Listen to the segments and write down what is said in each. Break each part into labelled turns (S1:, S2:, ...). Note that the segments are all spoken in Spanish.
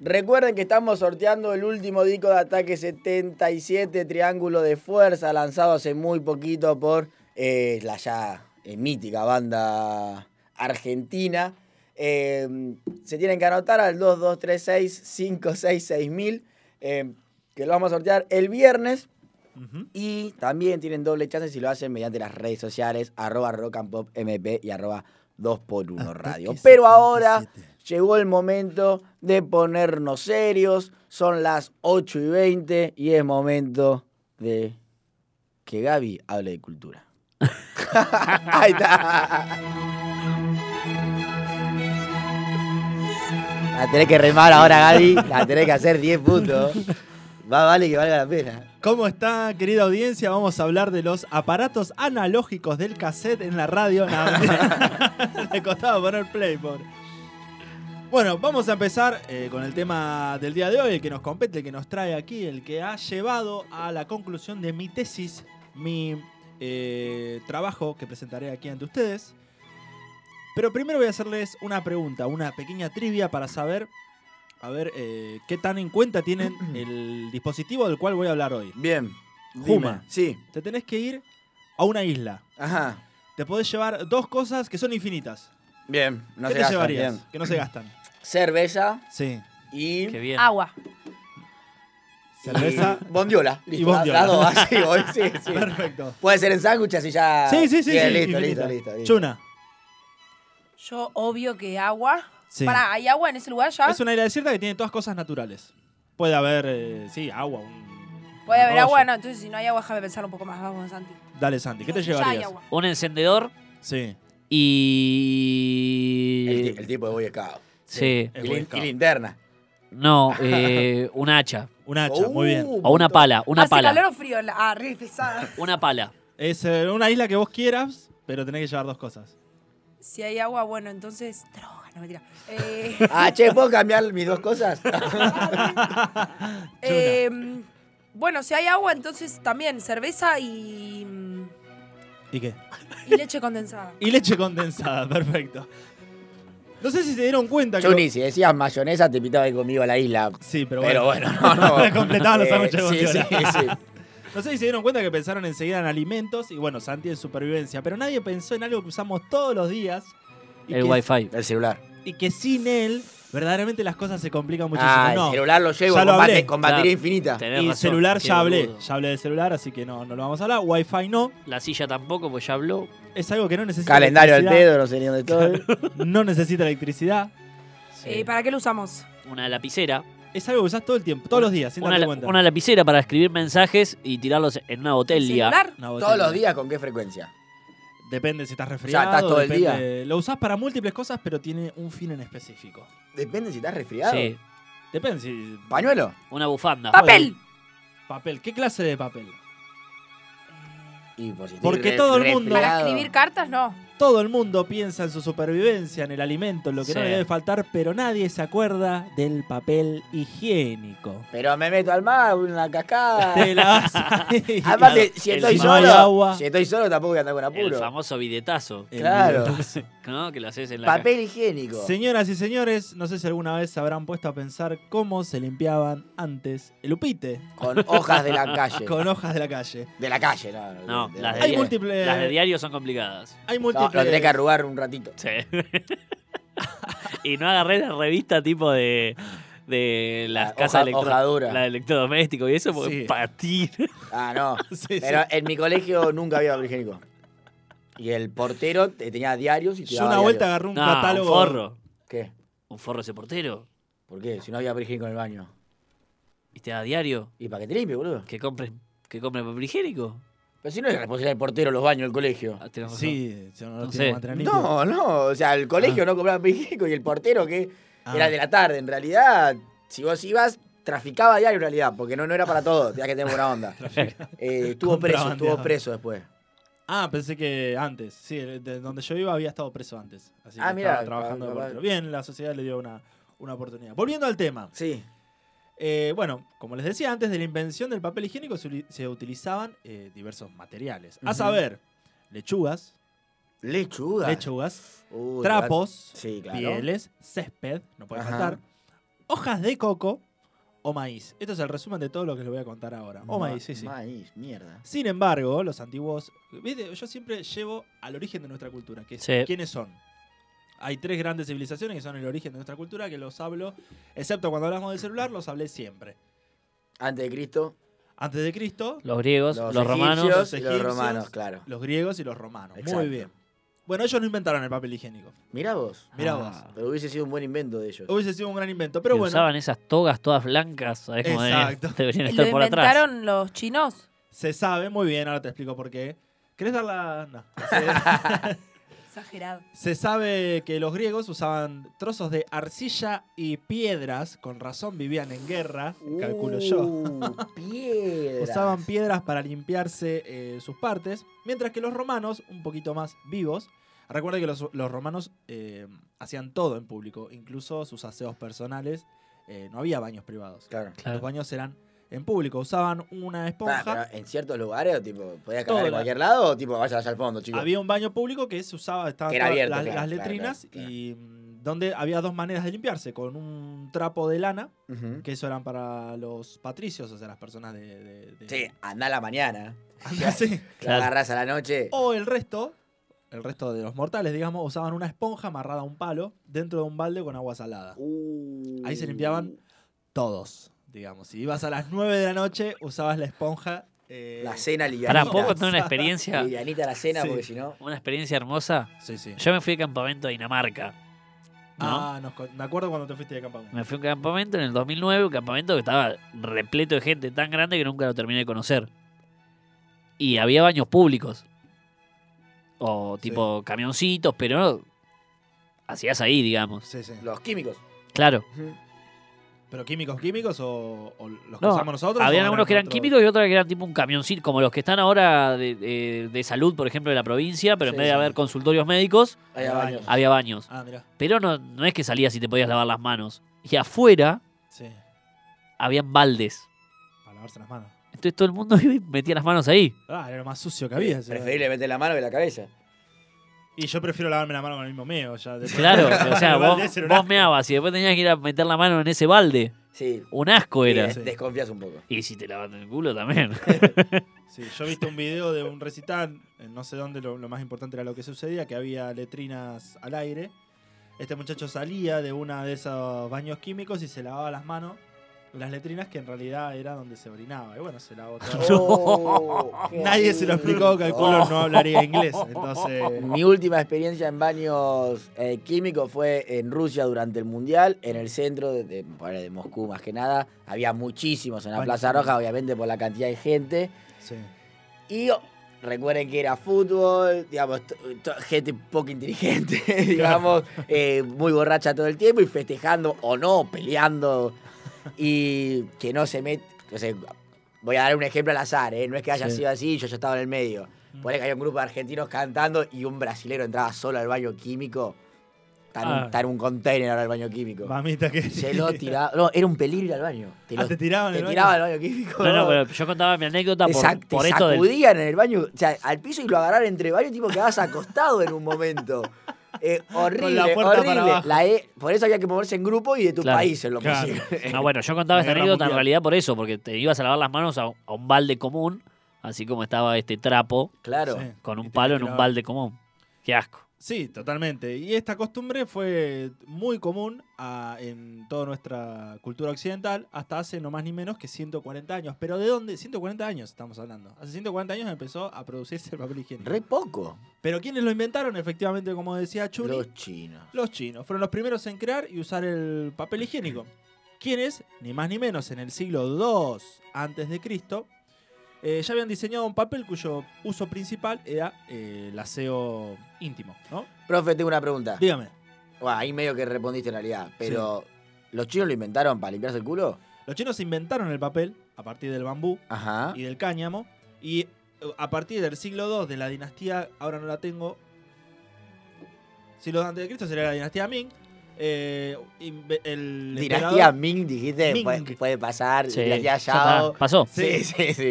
S1: Recuerden que estamos sorteando el último disco de Ataque 77, Triángulo de Fuerza, lanzado hace muy poquito por eh, la ya eh, mítica banda argentina. Eh, se tienen que anotar al 2236-566000, em, que lo vamos a sortear el viernes.
S2: Ujú.
S1: Y también tienen doble chance si lo hacen mediante las redes sociales, arroba rock and pop mp y arroba 2x1
S3: Ataque
S1: radio. Pero ahora
S3: 77.
S1: llegó el momento de ponernos serios. Son las 8 y 20 y es momento de que Gaby hable de cultura. Ahí está. La tenés que remar ahora, Gaby. La tenés que hacer 10 puntos. Va, vale que valga la pena.
S2: ¿Cómo está, querida audiencia? Vamos a hablar de los aparatos analógicos del cassette en la radio. No, mentira. Le costaba poner play, pobre. Bueno, vamos a empezar eh, con el tema del día de hoy, el que nos compete, el que nos trae aquí, el que ha llevado a la conclusión de mi tesis, mi eh, trabajo que presentaré aquí ante ustedes. Pero primero voy a hacerles una pregunta, una pequeña trivia para saber, a ver, eh, qué tan en cuenta tienen el dispositivo del cual voy a hablar hoy.
S1: Bien.
S2: Juma.
S1: Dime. Sí.
S2: Te tenés que ir a una isla.
S1: Ajá.
S2: Te podés llevar dos cosas que son infinitas.
S1: Bien. No se
S2: ¿Qué te
S1: gastan,
S2: llevarías?
S1: bien.
S2: Que no se gastan.
S1: Cerveza
S2: Sí.
S1: y.
S4: Qué bien.
S5: Agua.
S2: Cerveza.
S1: y Bondiola. Listo,
S2: bondiola.
S1: las dos, así voy, sí, sí.
S2: Perfecto.
S1: Puede ser en sándwiches y ya.
S2: Sí, sí, sí.
S1: Ah, Bien,
S2: sí,
S1: listo, listo,
S2: infinita.
S1: listo, listo.
S2: Chuna.
S5: Yo obvio que agua.
S2: Sí.
S5: Pará, ¿hay agua en ese lugar ya?
S2: Es una isla desierta que tiene todas cosas naturales. Puede haber, eh, sí, agua. un-
S5: Puede
S2: un
S5: haber
S2: arroyo.
S5: agua, no, entonces si no hay agua, déjame pensar un poco más, vamos, Santi.
S2: Dale, Santi. ¿Qué te
S5: No, si ya hay
S2: llevarías?
S5: agua.
S4: Un encendedor
S2: Sí.
S1: El, ti-
S4: y...
S1: el tipo de Boy Scout.
S4: Sí.
S1: Y,
S2: Es
S1: lin-
S2: Boy Scout.
S1: y linterna.
S4: No, eh, un hacha.
S2: Un hacha, muy bien.
S1: Uh,
S4: O una pala, una
S5: ¿Hace calor
S4: pala.
S5: o frío? La- Ah, re pesada.
S4: Una pala.
S2: Es eh, una isla que vos quieras, pero tenés que llevar dos cosas.
S5: si hay agua, bueno, entonces. Droga, no mentira. Eh,
S1: Ah, che, ¿puedo cambiar mis dos cosas?
S5: eh, bueno, si hay agua, entonces también cerveza y. mm,
S2: ¿Y qué?
S5: y leche condensada.
S2: Y leche condensada, perfecto. No sé si se dieron cuenta que...
S1: Chuni, si decías mayonesa, te invitaba a ir conmigo a la isla.
S2: Sí, pero bueno.
S1: Pero bueno, no, no.
S2: Completaba los
S1: Eh,
S2: sándwiches de
S1: Sí, sí,
S2: bondiola.
S1: sí.
S2: No sé si se dieron cuenta que pensaron enseguida en alimentos y bueno, Santi en supervivencia, pero nadie pensó en algo que usamos todos los días y,
S4: El
S2: que,
S4: wifi.
S1: El celular.
S2: y que sin él verdaderamente las cosas se complican muchísimo.
S1: Ah,
S2: no,
S1: el celular lo llevo
S2: Ya
S1: con,
S2: lo
S1: bate-
S2: hablé.
S1: con batería
S4: Ya.
S1: infinita.
S4: Tenés
S2: y
S4: razón,
S2: celular
S4: qué
S2: ya hablé,
S4: boludo.
S2: ya hablé del celular, así que no, no lo vamos a hablar. Wi-Fi no,
S4: La silla tampoco, pues ya habló.
S2: es algo que no necesita
S1: Calendario al
S2: electricidad,
S1: pedo, no sé ni dónde estoy.
S2: no necesita electricidad,
S5: Eh, ¿Para qué lo usamos?
S4: Una lapicera.
S2: es algo que usás todo el tiempo, todos los días, sin
S4: Una,
S2: darte
S4: la-
S2: cuenta.
S4: una lapicera para escribir mensajes y tirarlos en una botella.
S5: ¿Celular?
S2: Una botella.
S1: Todos los días, ¿con qué frecuencia?
S2: Depende si estás
S1: sea,
S2: resfriado,
S1: estás todo el
S2: depende- Lo usás para múltiples cosas, pero tiene un fin en específico.
S1: Depende si estás resfriado.
S4: Sí.
S2: Depende si
S1: ¿Pañuelo?
S4: Una bufanda.
S5: ¡Papel!
S2: papel, ¿qué clase de papel?
S1: Y
S4: pues
S1: por si estoy
S2: Porque
S1: re-
S2: todo el mundo-
S5: ¿Para
S1: resfriado.
S5: escribir cartas? No.
S2: Todo el mundo piensa en su supervivencia, en el alimento, en lo que no
S4: Sí.
S2: le debe faltar, pero nadie se acuerda del papel higiénico.
S1: Pero me meto al mar, una cascada.
S2: Te la vas a ir.
S1: Aparte, si
S4: El
S1: estoy
S4: si no hay
S1: solo,
S2: agua.
S1: si estoy solo tampoco voy a andar con
S4: El
S1: apuro.
S4: famoso bidetazo.
S2: El
S1: claro.
S2: virus.
S4: ¿No? Que lo haces en la
S1: Papel higiénico.
S2: Señoras y señores, no sé si alguna vez se habrán puesto a pensar cómo se limpiaban antes el upite
S1: Con hojas de la calle.
S2: con hojas de la calle.
S1: De la calle, no.
S4: No,
S1: de
S4: las de,
S2: Hay
S4: diario.
S2: múltiples-
S4: Las de diario son complicadas.
S2: Hay
S1: No,
S2: múltiples.
S1: lo tenés que arrugar un ratito.
S4: Sí. y no agarré la revista tipo de, de las
S1: Ah,
S4: casas
S1: hoja- hoja dura.
S4: electrodomésticas. La de electrodoméstico y eso, porque
S2: Sí.
S4: patir.
S1: Ah, no.
S2: Sí, sí.
S1: Pero en mi colegio nunca había papel higiénico. Y el portero te tenía diarios y te
S2: Yo
S1: daba
S2: una vuelta
S1: diarios.
S2: agarré un
S4: No,
S2: catálogo.
S4: un forro.
S1: ¿Qué?
S4: Un forro ese portero.
S1: ¿Por qué? Si no había papel higiénico en el baño.
S4: Y te da diario.
S1: ¿Y para qué te limpie, boludo?
S4: Que compres, que compres papel higiénico.
S1: Pero si no es responsabilidad del portero los baños del colegio.
S4: Ah, tenés razón.
S2: Sí, si uno no
S4: No
S2: tiene
S4: sé.
S2: que mantener limpio.
S1: No, no, o sea, el colegio no cobraba papel higiénico y el portero que
S2: Ah.
S1: era de la tarde, en realidad, si vos ibas, traficaba diario en realidad, porque no, no era para todo, tenías que tener buena onda. Eh, estuvo preso,
S2: Contrabandeado.
S1: estuvo preso después.
S2: Ah, pensé que antes. Sí, de donde yo iba había estado preso antes. Así que
S1: Ah, mirá,
S2: estaba trabajando
S1: capaz-
S2: por otro. Bien, la sociedad le dio una, una oportunidad. Volviendo al tema.
S1: Sí.
S2: Eh, bueno, como les decía antes, de la invención del papel higiénico se, uli- se utilizaban eh, diversos materiales. A
S1: Ujú.
S2: saber, lechugas,
S1: Lechuga.
S2: lechugas,
S1: Uy,
S2: trapos,
S1: Sí, claro.
S2: pieles, césped, no puede
S1: Ajá.
S2: faltar, hojas de coco o maíz. Esto es el resumen de todo lo que les voy a contar ahora. O
S1: Ma-
S2: maíz, Oh, sí, sí.
S1: Maíz, mierda.
S2: Sin embargo, los antiguos. ¿viste? Yo siempre llevo al origen de nuestra cultura, que es
S4: Sí.
S2: quiénes son. Hay tres grandes civilizaciones que son el origen de nuestra cultura, que los hablo, excepto cuando hablamos del celular, los hablé siempre.
S1: Antes de Cristo,
S2: Antes de Cristo,
S4: Los griegos,
S1: los,
S4: los,
S1: egipcios
S4: romanos.
S2: los
S1: y
S2: egipcios.
S1: los romanos, claro.
S2: los griegos y los romanos.
S1: Exacto.
S2: Muy bien. Bueno, ellos no inventaron el papel higiénico.
S1: Mirá vos.
S2: Mirá
S4: Ah.
S1: Pero hubiese sido un buen invento de ellos.
S2: Hubiese sido un gran invento,
S4: Pero
S2: pero bueno,
S4: usaban esas togas todas blancas, ¿sabés? Como deberían-
S2: Exacto.
S4: deberían
S5: ¿Y
S4: estar
S5: lo
S4: por atrás.
S5: inventaron los chinos?
S2: se sabe muy bien, ahora te explico por qué. ¿Querés dar la...? No.
S5: Exagerado.
S2: Se sabe que los griegos usaban trozos de arcilla y piedras, con razón vivían en guerra, calculo yo.
S1: Uh, Piedra.
S2: Usaban piedras para limpiarse eh, sus partes, mientras que los romanos, un poquito más vivos, recuerden que los, los romanos eh, hacían todo en público, incluso sus aseos personales, eh, no había baños privados.
S1: Claro.
S2: Los
S4: Claro.
S2: baños eran en público, usaban una
S1: Ah,
S2: esponja.
S1: pero en ciertos lugares, o tipo, podías
S2: Todo
S1: cagar en
S2: la-
S1: cualquier lado o tipo, vaya allá al fondo, chicos.
S2: Había un baño público que se usaba, estaban
S1: Que era
S2: todas
S1: abierto,
S2: las,
S1: claro,
S2: las
S1: claro,
S2: letrinas
S1: claro, claro.
S2: y mm, donde había dos maneras de limpiarse, con un trapo de lana,
S1: Ujú.
S2: que eso eran para los patricios, o sea, las personas de... de- de-
S1: Sí, andá a la mañana.
S2: Anda así.
S1: La
S4: Claro.
S1: agarrás a la noche.
S2: O el resto, el resto de los mortales, digamos, usaban una esponja amarrada a un palo dentro de un balde con agua salada.
S1: Uh.
S2: Ahí se limpiaban Todos, digamos. Si ibas a las 9 de la noche, usabas la esponja... eh,
S1: La cena livianita.
S4: Para poco tener una experiencia,
S1: Livianita la cena,
S2: Sí.
S1: porque si no.
S4: una experiencia hermosa.
S2: Sí, sí.
S4: Yo me fui de campamento a Dinamarca. ¿no?
S2: Ah, nos co- me acuerdo cuando te fuiste de campamento.
S4: Me fui a un campamento en el 2009, un campamento que estaba repleto de gente tan grande que nunca lo terminé de conocer. Y había baños públicos. O
S2: Sí.
S4: tipo camioncitos, pero no. Hacías ahí, digamos.
S2: Sí, sí.
S1: Los químicos.
S4: Claro.
S1: Ujú.
S2: ¿Pero químicos, químicos o, o los que
S4: No,
S2: usamos nosotros?
S4: Habían
S2: o
S4: algunos que eran
S2: otros?
S4: químicos y otros que eran tipo un camioncito, como los que están ahora de, de- de salud, por ejemplo, de la provincia, pero en
S1: Sí,
S4: vez de
S1: sí.
S4: haber consultorios médicos,
S1: Ahí a baños.
S4: había baños.
S2: Ah, mirá.
S4: Pero no, no es que salías y te podías lavar las manos. Y afuera
S2: Sí.
S4: habían baldes.
S2: Para lavarse las manos.
S4: Entonces todo el mundo iba y metía las manos ahí.
S2: Ah, era lo más sucio que había. ese.
S1: Preferible meter la mano que la cabeza.
S2: Y yo prefiero lavarme la mano con el mismo meo. Ya, después-
S4: Claro, o sea,
S2: El balde
S4: vos,
S2: ese era un
S4: vos
S2: asco.
S4: meabas y después tenías que ir a meter la mano en ese balde.
S1: Sí.
S4: Un asco era.
S1: Sí, Desconfías un poco.
S4: Y si te lavaste el culo también.
S2: Sí, yo viste un video de un recital, en no sé dónde, lo, lo más importante era lo que sucedía, que había letrinas al aire. Este muchacho salía de uno de esos baños químicos y se lavaba las manos en las letrinas que en realidad era donde se orinaba. Y bueno, se lavó todo.
S1: Oh, qué
S2: Nadie se lo explicó,
S1: rico.
S2: calculo, no hablaría inglés. Entonces,
S1: Mi última experiencia en baños eh, químicos fue en Rusia durante el Mundial, en el centro de, de- bueno, de Moscú más que nada. Había muchísimos en la
S2: Baños
S1: Plaza
S2: químicos.
S1: Roja, obviamente por la cantidad de gente.
S2: sí.
S1: Y oh, recuerden que era fútbol, digamos, to- to- gente poco inteligente, digamos, eh, muy borracha todo el tiempo y festejando o no, peleando. Y que no se mete. voy a dar un ejemplo al azar, ¿eh? no es que haya
S2: Sí.
S1: sido así, yo ya estaba en el medio. Por ahí que había un grupo de argentinos cantando y un brasilero entraba solo al baño químico. Está en, un,
S4: Ah.
S1: está en un container ahora el baño químico.
S2: Mamita que...
S1: Se lo tiraba. No, era un peligro al baño. Te,
S2: Ah,
S1: lo-
S2: te tiraban
S1: te
S2: el baño.
S1: tiraba al baño químico.
S4: No, no, pero yo contaba mi anécdota
S1: Te, sac-
S4: por,
S1: te
S4: por esto del.
S1: sacudían en el baño, o sea, al piso y lo agarraron entre varios, tipo, quedabas acostado en un momento. Eh, horrible,
S2: la puerta para
S1: horrible.
S2: abajo.
S1: La E- por eso había que moverse en grupo y de tu
S4: Claro.
S1: país en lo
S2: Claro.
S1: posible.
S4: No, bueno, yo contaba
S2: La
S4: esta
S2: guerra
S4: anécdota en
S2: mundial.
S4: realidad por eso, porque te ibas a lavar las manos a, a un balde común, así como estaba este trapo
S1: Claro.
S2: Sí.
S4: con
S2: Y
S4: un
S2: te
S4: palo en un
S2: tiraba.
S4: balde común. Qué asco.
S2: Sí, totalmente. Y esta costumbre fue muy común ah, en toda nuestra cultura occidental hasta hace no más ni menos que 140 años. ¿Pero de dónde? 140 años estamos hablando. Hace 140 años empezó a producirse el papel higiénico.
S1: Re poco.
S2: Pero ¿quiénes lo inventaron? Efectivamente, como decía Churi, los...
S1: Los chinos.
S2: chinos. Fueron los primeros en crear y usar el papel higiénico. Quienes, ni más ni menos, en el siglo II antes de Cristo, eh, ya habían diseñado un papel cuyo uso principal era eh, el aseo íntimo, ¿no?
S1: Profe, tengo una pregunta.
S2: Dígame.
S1: Bueno, ahí medio que respondiste en realidad, pero ¿los chinos lo inventaron para limpiarse el culo?
S2: Los chinos inventaron el papel a partir del bambú
S1: Ajá.
S2: y del cáñamo y eh, a partir del siglo II de la dinastía, ahora no la tengo, siglo II antes de Cristo sería la dinastía Ming, eh, inve- el
S1: Dinastía
S2: emperador-
S1: Ming, dijiste,
S2: Ming.
S1: Puede, puede pasar.
S4: Sí, ya
S1: Dinastía
S4: está,
S1: Yao.
S4: Pasó.
S1: Sí, sí, sí.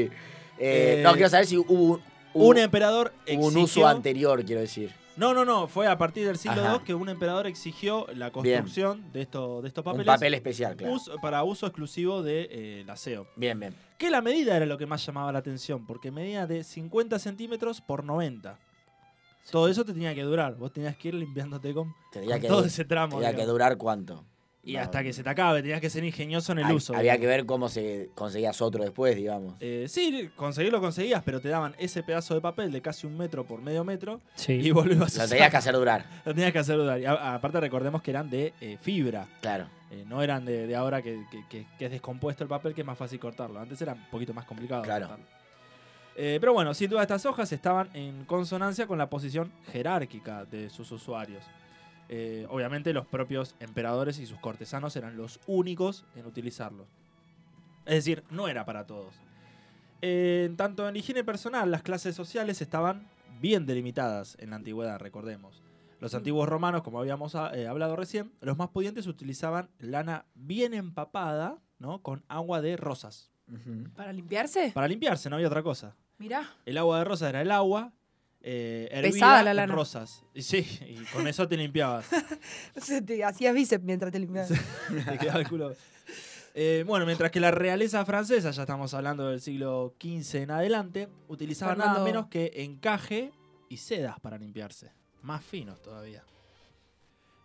S1: Eh,
S2: Eh,
S1: no, quiero saber si hubo, hubo-
S2: un emperador
S1: hubo un
S2: exigió-
S1: uso anterior, quiero decir.
S2: No, no, no. Fue a partir del siglo
S1: Ajá.
S2: II que un emperador exigió la
S1: Bien.
S2: construcción de, esto- de estos
S1: Un
S2: papeles
S1: papel especial, claro.
S2: us- para uso exclusivo del de, eh, el aseo.
S1: Bien, bien.
S2: Que la medida era lo que más llamaba la atención, porque medía de 50 centímetros por 90. Todo eso te tenía que durar. Vos tenías que ir limpiándote con,
S1: Tenía
S2: con
S1: que,
S2: todo ese tramo.
S1: tenía que
S2: digamos.
S1: durar cuánto.
S2: y
S1: No,
S2: hasta que se te acabe, tenías que ser ingenioso en el
S1: hab-
S2: uso.
S1: Había
S2: digamos.
S1: que ver cómo se conseguías otro después, digamos.
S2: Eh, sí, conseguirlo conseguías, pero te daban ese pedazo de papel de casi un metro por medio metro y
S4: Sí.
S2: vos lo ibas a
S1: Lo
S2: usar.
S1: tenías que hacer durar,
S2: Lo tenías que hacer dudar. Y a- aparte recordemos que eran de eh, fibra,
S1: claro.
S2: eh, no eran de, de ahora que, que- que- que es descompuesto el papel, que es más fácil cortarlo. Antes era un poquito más complicado.
S1: Claro.
S2: cortarlo. Eh, pero bueno, sin duda estas hojas estaban en consonancia con la posición jerárquica de sus usuarios. Eh, obviamente los propios emperadores y sus cortesanos eran los únicos en utilizarlos. Es decir, no era para todos. Eh, en tanto en higiene personal, las clases sociales estaban bien delimitadas en la antigüedad, recordemos. Los
S5: Mm.
S2: antiguos romanos, como habíamos ah, eh, hablado recién, los más pudientes utilizaban lana bien empapada, ¿no? Con agua de rosas.
S5: ¿Para limpiarse?
S2: Para limpiarse, no había otra cosa.
S5: Mirá.
S2: El agua de rosas era el agua. eh, hervida
S5: Pesada la
S2: en
S5: lana.
S2: rosas. Y sí, y con eso te limpiabas.
S5: Se te hacías bíceps mientras te limpiabas.
S2: Te quedaba el culo. Eh, bueno, mientras que la realeza francesa, ya estamos hablando del siglo XV en adelante, utilizaba nada
S5: Fernando.
S2: menos que encaje y sedas para limpiarse. Más finos todavía.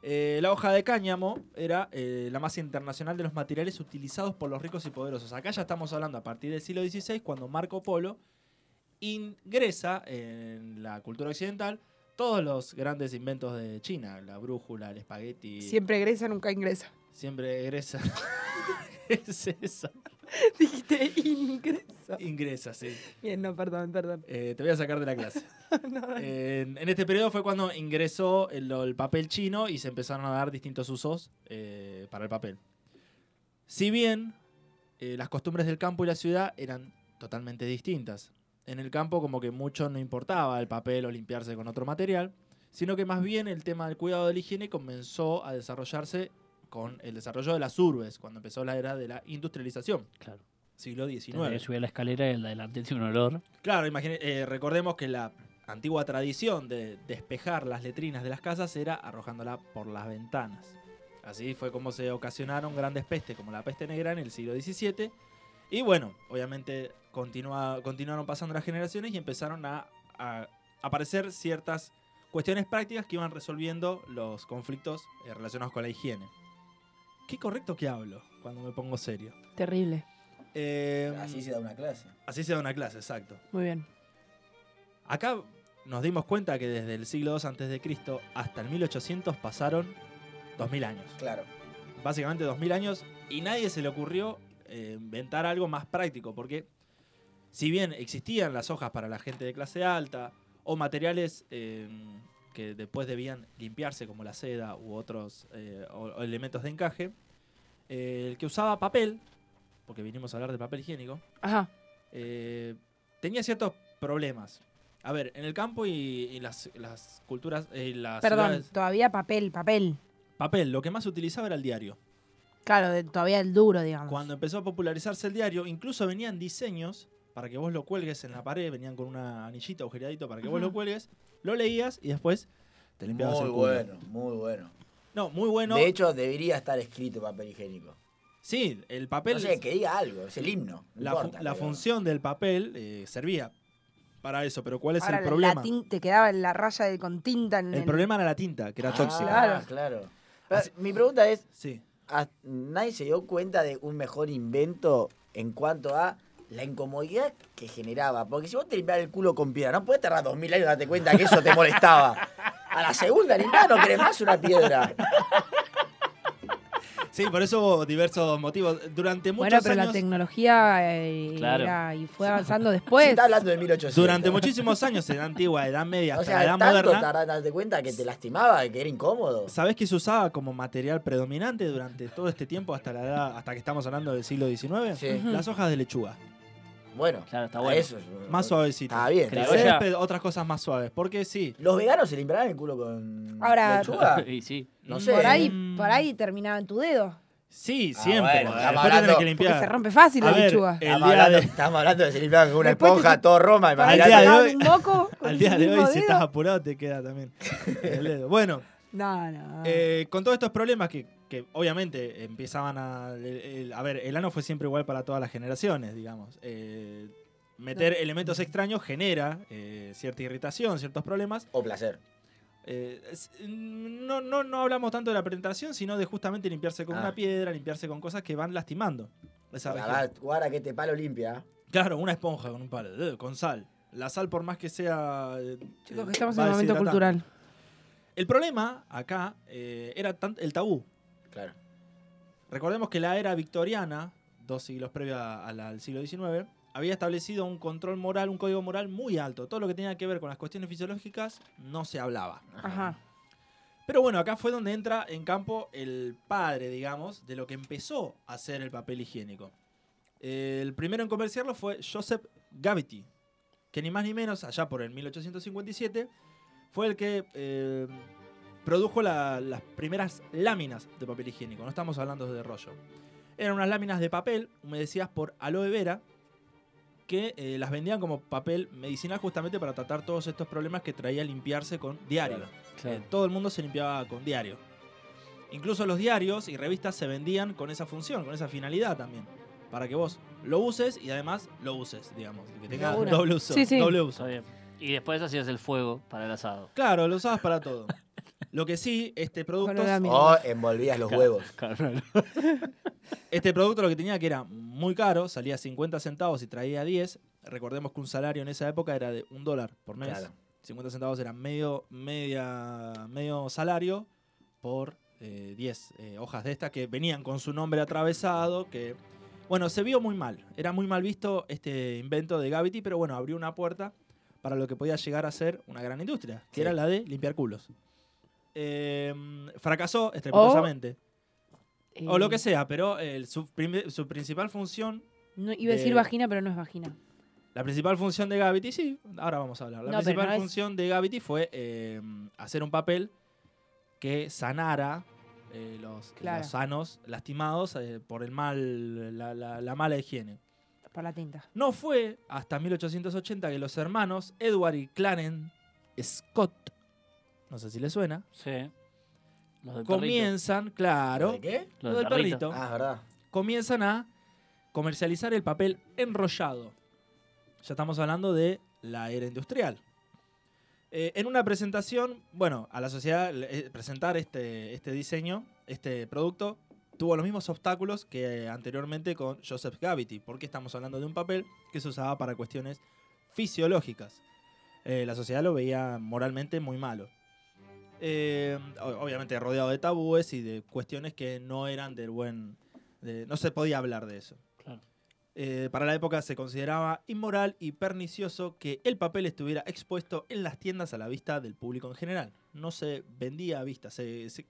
S2: Eh, la hoja de cáñamo era eh, la más internacional de los materiales utilizados por los ricos y poderosos. Acá ya estamos hablando a partir del siglo XVI, cuando Marco Polo ingresa en la cultura occidental todos los grandes inventos de China, la brújula, el espagueti,
S5: Siempre egresa, nunca ingresa.
S2: Siempre egresa. es eso.
S5: Dijiste ingresa.
S2: Ingresa, sí.
S5: Bien, no, perdón, perdón.
S2: Eh, te voy a sacar de la clase.
S5: No, dale.
S2: Eh, en, en este periodo fue cuando ingresó el, el papel chino y se empezaron a dar distintos usos eh, para el papel. Si bien eh, las costumbres del campo y la ciudad eran totalmente distintas. En el campo como que mucho no importaba el papel o limpiarse con otro material, sino que más bien el tema del cuidado de la higiene comenzó a desarrollarse con el desarrollo de las urbes, cuando empezó la era de la industrialización,
S4: Claro.
S2: siglo
S4: Tenía que
S2: XIX.
S4: subir la escalera y el de adelante tiene un olor.
S2: Claro, imagine- eh, recordemos que la antigua tradición de despejar las letrinas de las casas era arrojándola por las ventanas. Así fue como se ocasionaron grandes pestes como la peste negra en el siglo XVII. Y bueno, obviamente continua- continuaron pasando las generaciones y empezaron a, a aparecer ciertas cuestiones prácticas que iban resolviendo los conflictos eh, relacionados con la higiene. Qué correcto que hablo cuando me pongo serio.
S5: Terrible.
S2: Eh,
S1: Así se da una clase.
S2: así se da una clase, exacto.
S5: Muy bien.
S2: Acá nos dimos cuenta que desde el siglo II antes de Cristo hasta el 1800 pasaron 2000 años.
S1: Claro.
S2: Básicamente 2000 años y nadie se le ocurrió eh, inventar algo más práctico porque si bien existían las hojas para la gente de clase alta o materiales eh, que después debían limpiarse como la seda u otros eh, o- o elementos de encaje, eh, el que usaba papel, porque vinimos a hablar de papel higiénico,
S5: Ajá.
S2: eh, tenía ciertos problemas. A ver, en el campo y, y las, las culturas, eh, las
S5: Perdón,
S2: ciudades-
S5: todavía papel, papel.
S2: papel, lo que más se utilizaba era el diario.
S5: Claro, de- todavía el duro, digamos.
S2: Cuando empezó a popularizarse el diario, incluso venían diseños para que vos lo cuelgues en la pared, venían con una anillita agujeradito para que vos
S5: Ajá.
S2: lo cuelgues, lo leías y después te limpiabas
S1: Muy
S2: el culo.
S1: bueno, muy bueno.
S2: No, muy bueno.
S1: De hecho, debería estar escrito papel higiénico.
S2: sí, el papel
S1: no sé, que diga algo, es el himno. no
S2: la, fu-
S1: importa,
S2: la
S1: pero-
S2: función del papel eh, servía para eso, pero ¿cuál es
S5: Ahora
S2: el
S5: la-
S2: problema?
S5: la tin- te quedaba en la raya de, con tinta en
S2: el problema era la tinta, que era
S1: Ah,
S2: tóxica.
S1: Claro, claro. Pero mi pregunta es,
S2: Sí.
S1: ¿a- ¿nadie se dio cuenta de un mejor invento en cuanto a la incomodidad que generaba? Porque si vos te limpias el culo con piedra, no puedes tardar dos mil años en darte cuenta que eso te molestaba. A la segunda limpiada no querés más una piedra.
S2: Sí, por eso hubo diversos motivos. Durante muchos
S5: Bueno, pero la
S2: años,
S5: tecnología eh,
S4: Claro.
S5: era- y fue avanzando
S1: Se
S5: después.
S1: está hablando de 1800.
S2: durante muchísimos años, en la antigua Edad Media
S1: O
S2: hasta
S1: sea,
S2: la Edad
S1: tanto
S2: Moderna,
S1: tardás en darte cuenta que te lastimaba, que era incómodo.
S2: ¿sabés que se usaba como material predominante durante todo este tiempo hasta la edad, hasta que estamos hablando del siglo XIX?
S1: Sí.
S2: Las hojas de lechuga,
S1: Bueno,
S4: Claro, está
S1: a
S4: bueno.
S1: eso es-
S2: más suavecitas.
S1: Está bien, está
S4: Creo
S1: bien.
S4: ya.
S2: Césped, otras cosas más suaves, porque sí.
S1: ¿Los veganos se limpiarán el culo con
S5: Ahora-
S1: lechuga?
S4: y sí.
S1: No
S2: Mm,
S1: sé.
S5: por ahí,
S2: Mm.
S5: por ahí terminaba en tu dedo.
S2: Sí,
S1: Ah,
S2: siempre.
S1: bueno, estamos
S2: Después tenés
S1: hablando-
S2: que
S5: Porque se
S2: limpiar.
S5: rompe fácil
S2: A
S5: la
S2: ver, eh,
S5: lechuga.
S2: el
S1: Estamos
S2: día
S1: hablando,
S2: de-
S1: estamos hablando de Silvia con una
S5: Después te-
S1: esponja, todo Roma,
S5: Para
S2: Al
S1: imagínate.
S2: día de
S5: sacar
S2: hoy-
S5: un moco con
S2: Al
S5: el
S2: día de
S5: mismo
S2: hoy, si
S5: dedo.
S2: estás apurado, te queda también el dedo. Bueno,
S5: No, no.
S2: eh, con todos estos problemas que, que obviamente empezaban a. el- el- a ver, el ano fue siempre igual para todas las generaciones, digamos. Eh, meter elementos extraños genera eh, cierta irritación, ciertos problemas.
S1: O placer.
S2: Eh, es- no, no, no hablamos tanto de la presentación, sino de justamente limpiarse con
S1: Ah.
S2: una piedra, limpiarse con cosas que van lastimando. esa región.
S1: Guarda, guarda que este palo limpia.
S2: Claro, una esponja con un palo, eh, con sal. La sal, por más que sea. eh,
S5: Chicos,
S2: eh,
S5: que estamos en
S2: va
S5: un momento
S2: deshidratando.
S5: cultural.
S2: El problema acá eh, era tan- el tabú.
S1: Claro.
S2: Recordemos que la era victoriana, dos siglos previa a- a la- al siglo XIX, había establecido un control moral, un código moral muy alto. Todo lo que tenía que ver con las cuestiones fisiológicas no se hablaba.
S5: Ajá.
S2: Pero bueno, acá fue donde entra en campo el padre, digamos, de lo que empezó a hacer el papel higiénico. Eh, El primero en comerciarlo fue Joseph Gavity, que ni más ni menos, allá por el 1857, fue el que eh, produjo la- las primeras láminas de papel higiénico. No estamos hablando de rollo. Eran unas láminas de papel humedecidas por aloe vera que eh, las vendían como papel medicinal justamente para tratar todos estos problemas que traía limpiarse con diario. Eh, todo el mundo se limpiaba con diario. Incluso los diarios y revistas se vendían con esa función, con esa finalidad también. Para que vos lo uses y además lo uses, digamos. Que tenga
S5: De una.
S2: doble uso.
S5: Sí, sí.
S2: doble uso.
S4: Está bien. Y después hacías el fuego para el asado.
S2: Claro, lo usabas para todo. Lo que sí, este producto,
S5: Con la mina.
S1: O Oh, envolvías los huevos.
S2: este producto lo que tenía que era muy caro, salía 50 centavos y traía 10. Recordemos que un salario en esa época era de un dólar por mes.
S1: Claro.
S2: 50 centavos era medio, media, medio salario por eh, 10 eh, hojas de estas que venían con su nombre atravesado, que bueno, se vio muy mal. Era muy mal visto este invento de Gavity, pero bueno, abrió una puerta para lo que podía llegar a ser una gran industria, que
S1: Sí.
S2: era la de limpiar culos. Eh, fracasó estrepitosamente. O, lo que sea, pero eh, su, prim- su principal función,
S5: No, iba a decir
S2: de-
S5: vagina, pero no es vagina.
S2: la principal función de Gavity, sí, ahora vamos a hablar. La
S5: No, pero
S2: principal
S5: no es-
S2: función de Gavity fue eh, hacer un papel que sanara eh, los,
S5: Claro.
S2: los sanos lastimados eh, por el mal, la- la- la mala higiene.
S5: Para la tinta.
S2: No fue hasta 1880 que los hermanos Edward y Clarence Scott, no sé si le suena,
S4: Sí. Los del perrito.
S2: comienzan, claro,
S1: ¿De qué?
S2: los
S4: Los
S2: del
S4: del
S2: perrito,
S1: Ah, es verdad.
S2: comienzan a comercializar el papel enrollado. Ya estamos hablando de la era industrial. Eh, en una presentación, bueno, a la sociedad eh, presentar este, este diseño, este producto, tuvo los mismos obstáculos que anteriormente con Joseph Gavity, porque estamos hablando de un papel que se usaba para cuestiones fisiológicas. Eh, la sociedad lo veía moralmente muy malo. Eh, o- obviamente rodeado de tabúes y de cuestiones que no eran del buen... de- no se podía hablar de eso.
S4: Claro.
S2: Eh, para la época se consideraba inmoral y pernicioso que el papel estuviera expuesto en las tiendas a la vista del público en general. No se vendía a vista. se- se-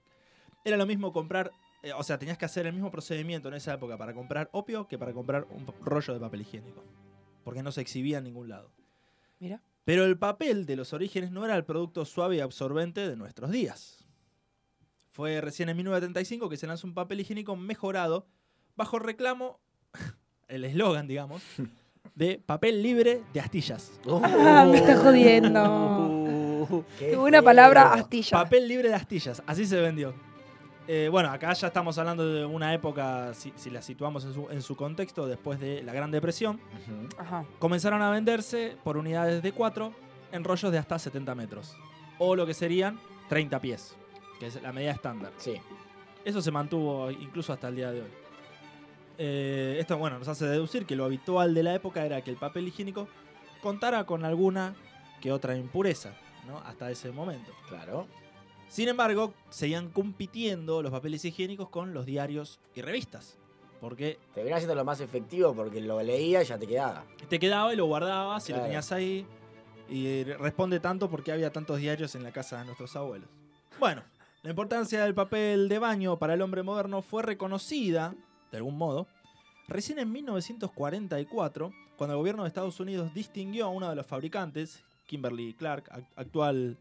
S2: era lo mismo comprar, eh, o sea, tenías que hacer el mismo procedimiento en esa época para comprar opio que para comprar un pa- rollo de papel higiénico. Porque no se exhibía en ningún lado.
S5: Mira.
S2: Pero el papel de los orígenes no era el producto suave y absorbente de nuestros días. Fue recién en 1935 que se lanzó un papel higiénico mejorado bajo reclamo, el eslogan, digamos, de papel libre de astillas.
S5: Ah, me está jodiendo.
S1: Qué
S5: Tuve una
S1: feo.
S5: palabra astilla.
S2: Papel libre de astillas, así se vendió. Eh, bueno, acá ya estamos hablando de una época, si, si la situamos en su, en su contexto, después de la Gran Depresión.
S1: Ujú.
S5: Ajá.
S2: Comenzaron a venderse por unidades de 4 en rollos de hasta 70 metros, o lo que serían 30 pies, que es la medida estándar.
S1: Sí.
S2: Eso se mantuvo incluso hasta el día de hoy. Eh, esto, bueno, nos hace deducir que lo habitual de la época era que el papel higiénico contara con alguna que otra impureza, ¿no? Hasta ese momento.
S1: Claro.
S2: Sin embargo, seguían compitiendo los papeles higiénicos con los diarios y revistas, porque
S1: Te venía siendo lo más efectivo porque lo leía y ya te quedaba.
S2: te quedaba y lo guardabas y lo
S1: Claro.
S2: tenías ahí. Y responde tanto porque había tantos diarios en la casa de nuestros abuelos. Bueno, la importancia del papel de baño para el hombre moderno fue reconocida, de algún modo, recién en 1944, cuando el gobierno de Estados Unidos distinguió a uno de los fabricantes, Kimberly Clark, ac- actual,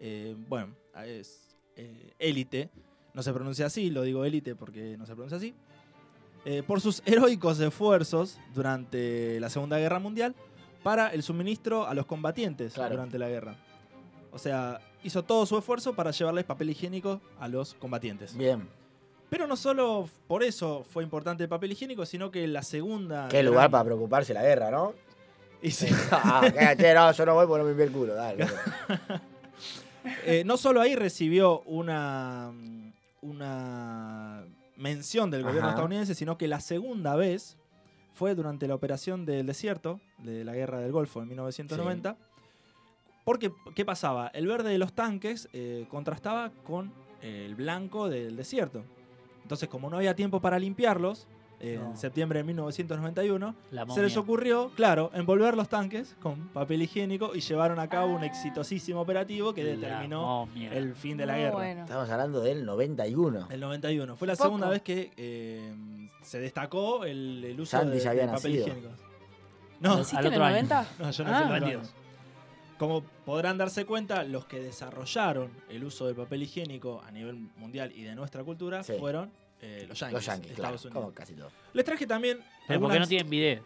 S2: eh, bueno, es eh, élite no se pronuncia así, lo digo élite porque no se pronuncia así, eh, por sus heroicos esfuerzos durante la Segunda Guerra Mundial para el suministro a los combatientes
S1: Claro.
S2: durante la guerra. O sea, hizo todo su esfuerzo para llevarles papel higiénico a los combatientes.
S1: Bien.
S2: Pero no solo por eso fue importante el papel higiénico, sino que la segunda...
S1: Qué
S2: gran-
S1: lugar para preocuparse la guerra, ¿no?
S2: Y sí.
S1: Ah, ok, che, no, yo no voy porque no me envié el culo, dale.
S2: Eh, no solo ahí recibió una, mm, una mención del gobierno
S1: Ajá.
S2: estadounidense, sino que la segunda vez fue durante la operación del desierto, de la guerra del Golfo en 1990. Porque, ¿qué pasaba? El verde de los tanques eh, contrastaba con eh, el blanco del desierto. Entonces, como no había tiempo para limpiarlos, en
S1: No.
S2: septiembre de 1991,
S4: La
S2: se
S4: momia.
S2: les ocurrió, claro, envolver los tanques con papel higiénico y llevaron a cabo un exitosísimo operativo que
S4: La
S2: determinó
S4: momia.
S2: el fin de la
S5: Muy
S2: guerra.
S5: bueno.
S1: Estamos hablando del 91.
S2: El 91. Fue la
S5: Poco.
S2: segunda vez que eh, se destacó el, el uso
S1: Sandy
S2: de,
S1: ya
S2: de
S1: había
S2: papel
S1: nacido.
S2: higiénico. No,
S4: Al
S5: ¿Naciste en el
S4: otro año.
S5: 90?
S2: no, yo no
S5: Ah.
S2: sé. cuándo.
S4: 92.
S2: Como podrán darse cuenta, los que desarrollaron el uso del papel higiénico a nivel mundial y de nuestra cultura
S1: Sí.
S2: fueron eh, los yanquis,
S1: Los yanquis, claro,
S2: Estados Unidos.
S1: como casi todo.
S2: Les traje también...
S4: Pero porque no
S2: algunas-
S4: tienen bidet.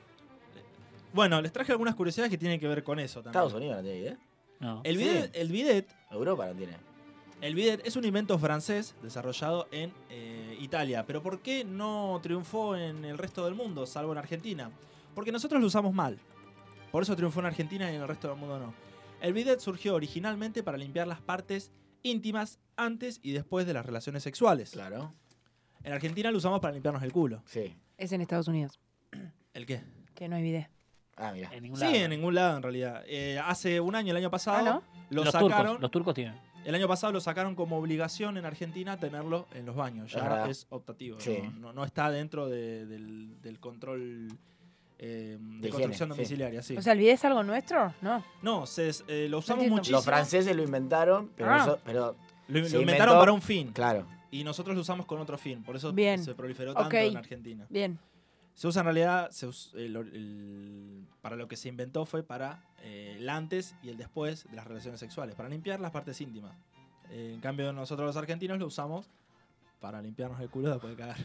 S2: Bueno, les traje algunas curiosidades que tienen que ver con eso también.
S1: Estados Unidos no tiene idea.
S4: No.
S2: El
S1: Sí.
S2: bidet, el bidet,
S1: Europa no tiene.
S2: el bidet es un invento francés desarrollado en eh, Italia. Pero ¿por qué no triunfó en el resto del mundo, salvo en Argentina? Porque nosotros lo usamos mal. Por eso triunfó en Argentina y en el resto del mundo no. El bidet surgió originalmente para limpiar las partes íntimas antes y después de las relaciones sexuales.
S1: Claro.
S2: En Argentina lo usamos para limpiarnos el culo.
S1: Sí.
S5: Es en Estados Unidos,
S2: ¿El qué?
S5: que no hay video.
S1: Ah, mira.
S4: En ningún
S2: Sí,
S4: lado.
S2: en ningún lado en realidad. Eh, hace un año, el año pasado,
S5: Ah, ¿no?
S2: lo
S4: los
S2: sacaron.
S4: turcos, los turcos tienen.
S2: El año pasado lo sacaron como obligación en Argentina tenerlo en los baños.
S1: Es
S2: Ya
S1: verdad.
S2: es optativo.
S1: Sí.
S2: No, no- no está dentro de- del, del control eh, de,
S1: higiene,
S2: construcción
S1: sí.
S2: domiciliaria. sí.
S5: O sea, ¿el video es algo nuestro? No.
S2: no, se es- eh, lo usamos
S5: entiendo.
S2: muchísimo.
S1: Los franceses lo inventaron, pero,
S5: Ah.
S1: noso- pero
S2: lo, lo
S1: se
S2: inventaron
S1: inventó-
S2: para un fin.
S1: claro.
S2: Y nosotros lo usamos con otro fin. Por eso
S5: Bien.
S2: se proliferó tanto
S5: Ok.
S2: en Argentina.
S5: Bien.
S2: Se usa en realidad, se us- el- el- para lo que se inventó fue para eh, el antes y el después de las relaciones sexuales, para limpiar las partes íntimas. Eh, en cambio, nosotros los argentinos lo usamos para limpiarnos el culo después de cagar.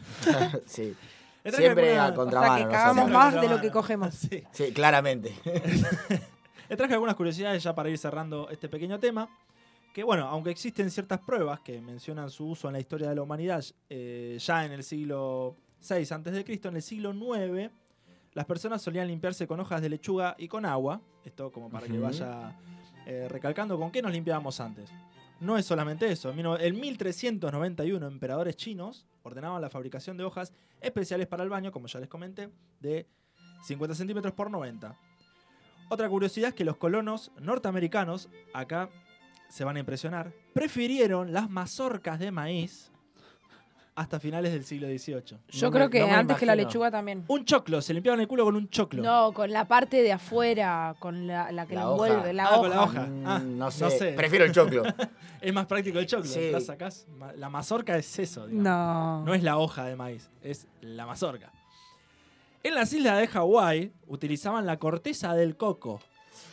S1: sí.
S2: Le traje
S1: Siempre a
S2: alguna-
S5: O sea, que
S1: contramano.
S5: cagamos
S1: nosotros.
S5: más de lo que cogemos.
S2: Sí.
S1: Sí, claramente.
S2: Le traje algunas curiosidades ya para ir cerrando este pequeño tema. Que bueno, aunque existen ciertas pruebas que mencionan su uso en la historia de la humanidad eh, ya en el siglo VI a.C., en el siglo IX las personas solían limpiarse con hojas de lechuga y con agua. Esto como para que
S1: Ujú.
S2: vaya eh, recalcando con qué nos limpiábamos antes. No es solamente eso. En mil- En 1391 emperadores chinos ordenaban la fabricación de hojas especiales para el baño, como ya les comenté, de 50 centímetros por 90. Otra curiosidad es que los colonos norteamericanos, acá se van a impresionar, prefirieron las mazorcas de maíz hasta finales del siglo XVIII.
S5: Yo
S1: No me-
S5: creo que
S1: no me
S5: antes que la
S1: imagino.
S5: lechuga también.
S2: Un choclo, se limpiaban el culo con un choclo.
S5: No, con la parte de afuera, con la, la que
S1: La
S5: la
S1: hoja.
S5: envuelve, la
S2: Ah,
S5: hoja.
S2: con la hoja.
S1: Mm,
S2: Ah,
S1: no, sé.
S2: no sé.
S1: Prefiero el choclo.
S2: Es más práctico el choclo.
S1: Sí.
S2: La sacás. ma- La mazorca es eso, digamos.
S5: No.
S2: No es la hoja de maíz, es la mazorca. En las islas de Hawái utilizaban la corteza del coco.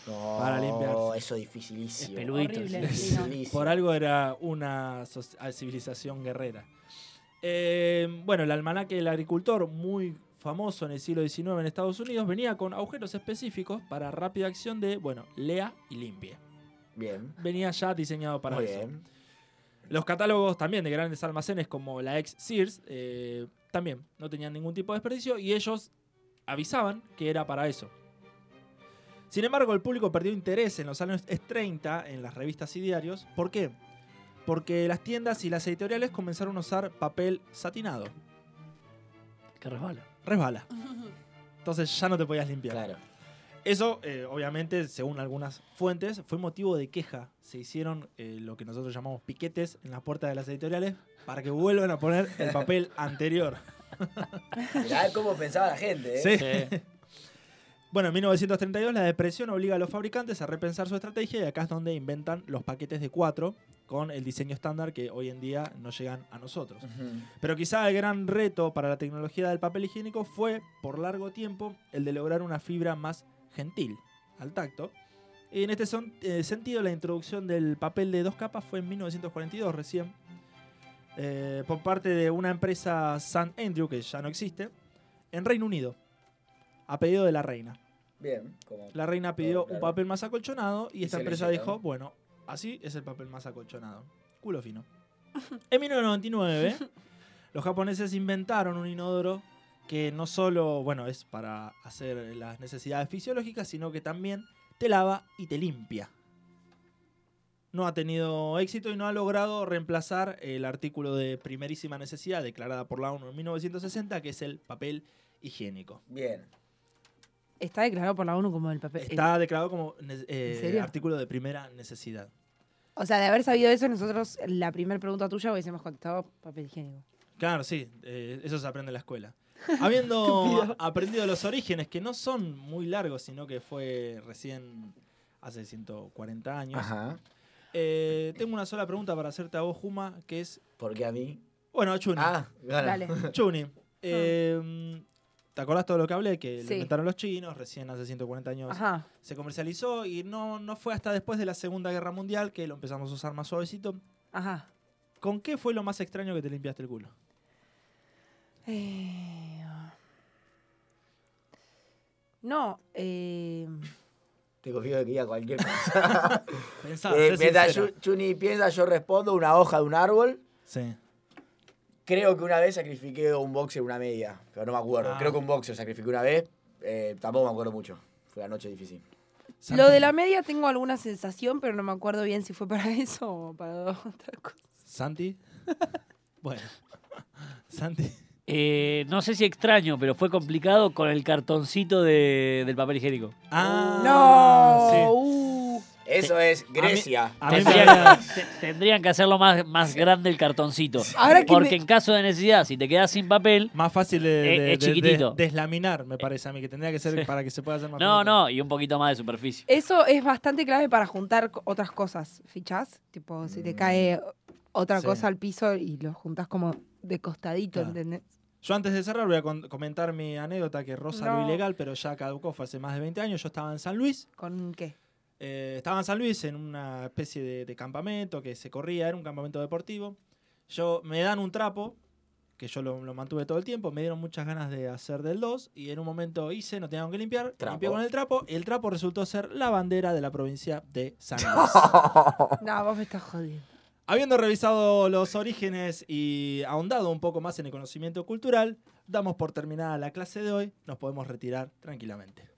S1: No,
S2: Para limpiarse.
S1: eso es
S4: Es
S1: dificilísimo.
S4: peludito.
S5: Horrible. Sí, no.
S1: Dificilísimo.
S2: Por algo era una soci- ah, civilización guerrera. Eh, bueno, el almanaque del agricultor, muy famoso en el siglo XIX en Estados Unidos, venía con agujeros específicos para rápida acción de, bueno, lea y limpie.
S1: Bien.
S2: Venía ya diseñado para
S1: Muy
S2: eso.
S1: bien.
S2: Los catálogos también de grandes almacenes como la ex Sears eh, también no tenían ningún tipo de desperdicio y ellos avisaban que era para eso. Sin embargo, el público perdió interés en los años 30 en las revistas y diarios. ¿Por qué? Porque las tiendas y las editoriales comenzaron a usar papel satinado.
S4: Que resbala.
S2: Resbala. Entonces ya no te podías limpiar.
S1: Claro.
S2: Eso, eh, obviamente, según algunas fuentes, fue motivo de queja. Se hicieron eh, lo que nosotros llamamos piquetes en las puertas de las editoriales para que vuelvan a poner el papel anterior.
S1: Mirá cómo pensaba la gente, ¿eh?
S2: Sí.
S4: Sí.
S2: Bueno, en 1932 la depresión obliga a los fabricantes a repensar su estrategia y acá es donde inventan los paquetes de cuatro con el diseño estándar que hoy en día no llegan a nosotros.
S1: Ujú.
S2: Pero quizá el gran reto para la tecnología del papel higiénico fue, por largo tiempo, el de lograr una fibra más gentil al tacto. Y en este son- eh, sentido, la introducción del papel de dos capas fue en 1942 recién, eh, por parte de una empresa St. Andrew, que ya no existe, en Reino Unido, a pedido de la reina.
S1: Bien, como.
S2: La reina pidió
S1: claro.
S2: un papel más acolchonado y,
S1: Y
S2: esta
S1: se lo
S2: empresa
S1: hicieron.
S2: dijo, bueno, así es el papel más acolchonado. Culo fino. En 1999, los japoneses inventaron un inodoro que no solo, bueno, es para hacer las necesidades fisiológicas, sino que también te lava y te limpia. No ha tenido éxito y no ha logrado reemplazar el artículo de primerísima necesidad declarada por la ONU en 1960, que es el papel higiénico.
S1: Bien.
S5: Está declarado por la ONU como el papel.
S2: Está declarado como ne- eh,
S5: serio?
S2: artículo de primera necesidad.
S5: O sea, de haber sabido eso, nosotros la primera pregunta tuya hubiésemos contestado papel higiénico.
S2: Claro, sí, eh, eso se aprende en la escuela. Habiendo aprendido los orígenes, que no son muy largos, sino que fue recién hace 140 años,
S1: Ajá.
S2: eh, tengo una sola pregunta para hacerte a vos, Juma, que es,
S1: Porque a mí.
S2: bueno, Chuni,
S1: Ah, gana.
S5: Dale.
S2: Chuni,
S5: Ah.
S2: eh, ¿te acordás todo lo que hablé? Que lo
S5: Sí.
S2: inventaron los chinos, recién hace 140 años
S5: Ajá.
S2: se comercializó y no, no fue hasta después de la Segunda Guerra Mundial que lo empezamos a usar más suavecito.
S5: Ajá.
S2: ¿Con qué fue lo más extraño que te limpiaste el culo?
S5: Eh, No, eh,
S1: Te confío de que diga cualquier cosa.
S2: Pensá,
S1: Eh,
S2: Ah, sé
S1: mientras
S2: sincera.
S1: Yu- Chuni piensa, yo respondo una hoja de un árbol.
S2: Sí.
S1: Creo que una vez sacrifiqué un boxer, una media. Pero no me acuerdo.
S2: Ah.
S1: Creo que un boxer sacrifiqué una vez. Eh, tampoco me acuerdo mucho. Fue una noche difícil.
S5: lo de la media tengo alguna sensación, pero no me acuerdo bien si fue para eso o para otra cosa.
S2: Santi. Bueno. Santi.
S4: Eh, no sé si extraño, pero fue complicado con el cartoncito de- del papel higiénico.
S2: Ah,
S5: ¡No!
S2: sí.
S5: uh.
S1: Eso es Grecia.
S2: A mí me
S4: Tendrían,
S2: había-
S4: te- tendrían que hacerlo más, más grande el cartoncito.
S5: Ahora que
S4: Porque
S5: me-
S4: en caso de necesidad, si te quedas sin papel,
S2: Más fácil de,
S4: Es-
S2: de-
S4: es
S2: de- de-
S4: chiquitito. Eh.
S2: deslaminar, me parece a mí, que tendría que ser para que se pueda hacer más
S4: no,
S2: finito.
S4: no, y un poquito más de superficie.
S5: Eso es bastante clave para juntar co- otras cosas, fichás. Tipo, si te
S1: Mm.
S5: cae otra
S2: Sí.
S5: cosa al piso y lo juntas como de costadito,
S2: Claro.
S5: ¿entendés?
S2: Yo antes de cerrar voy a con- comentar mi anécdota que rosa lo
S5: No.
S2: ilegal, pero ya caducó, fue hace más de 20 años. Yo estaba en San Luis
S5: ¿Con qué?
S2: Eh, estaba en San Luis en una especie de, de campamento que se corría, era un campamento deportivo. Yo me dan un trapo, que yo lo, lo mantuve todo el tiempo, me dieron muchas ganas de hacer del 2 y en un momento hice, no tenían que limpiar,
S1: Trapo.
S2: limpié con el trapo, el trapo resultó ser la bandera de la provincia de San Luis.
S5: No, vos me estás jodiendo.
S2: Habiendo revisado los orígenes y ahondado un poco más en el conocimiento cultural, damos por terminada la clase de hoy, nos podemos retirar tranquilamente.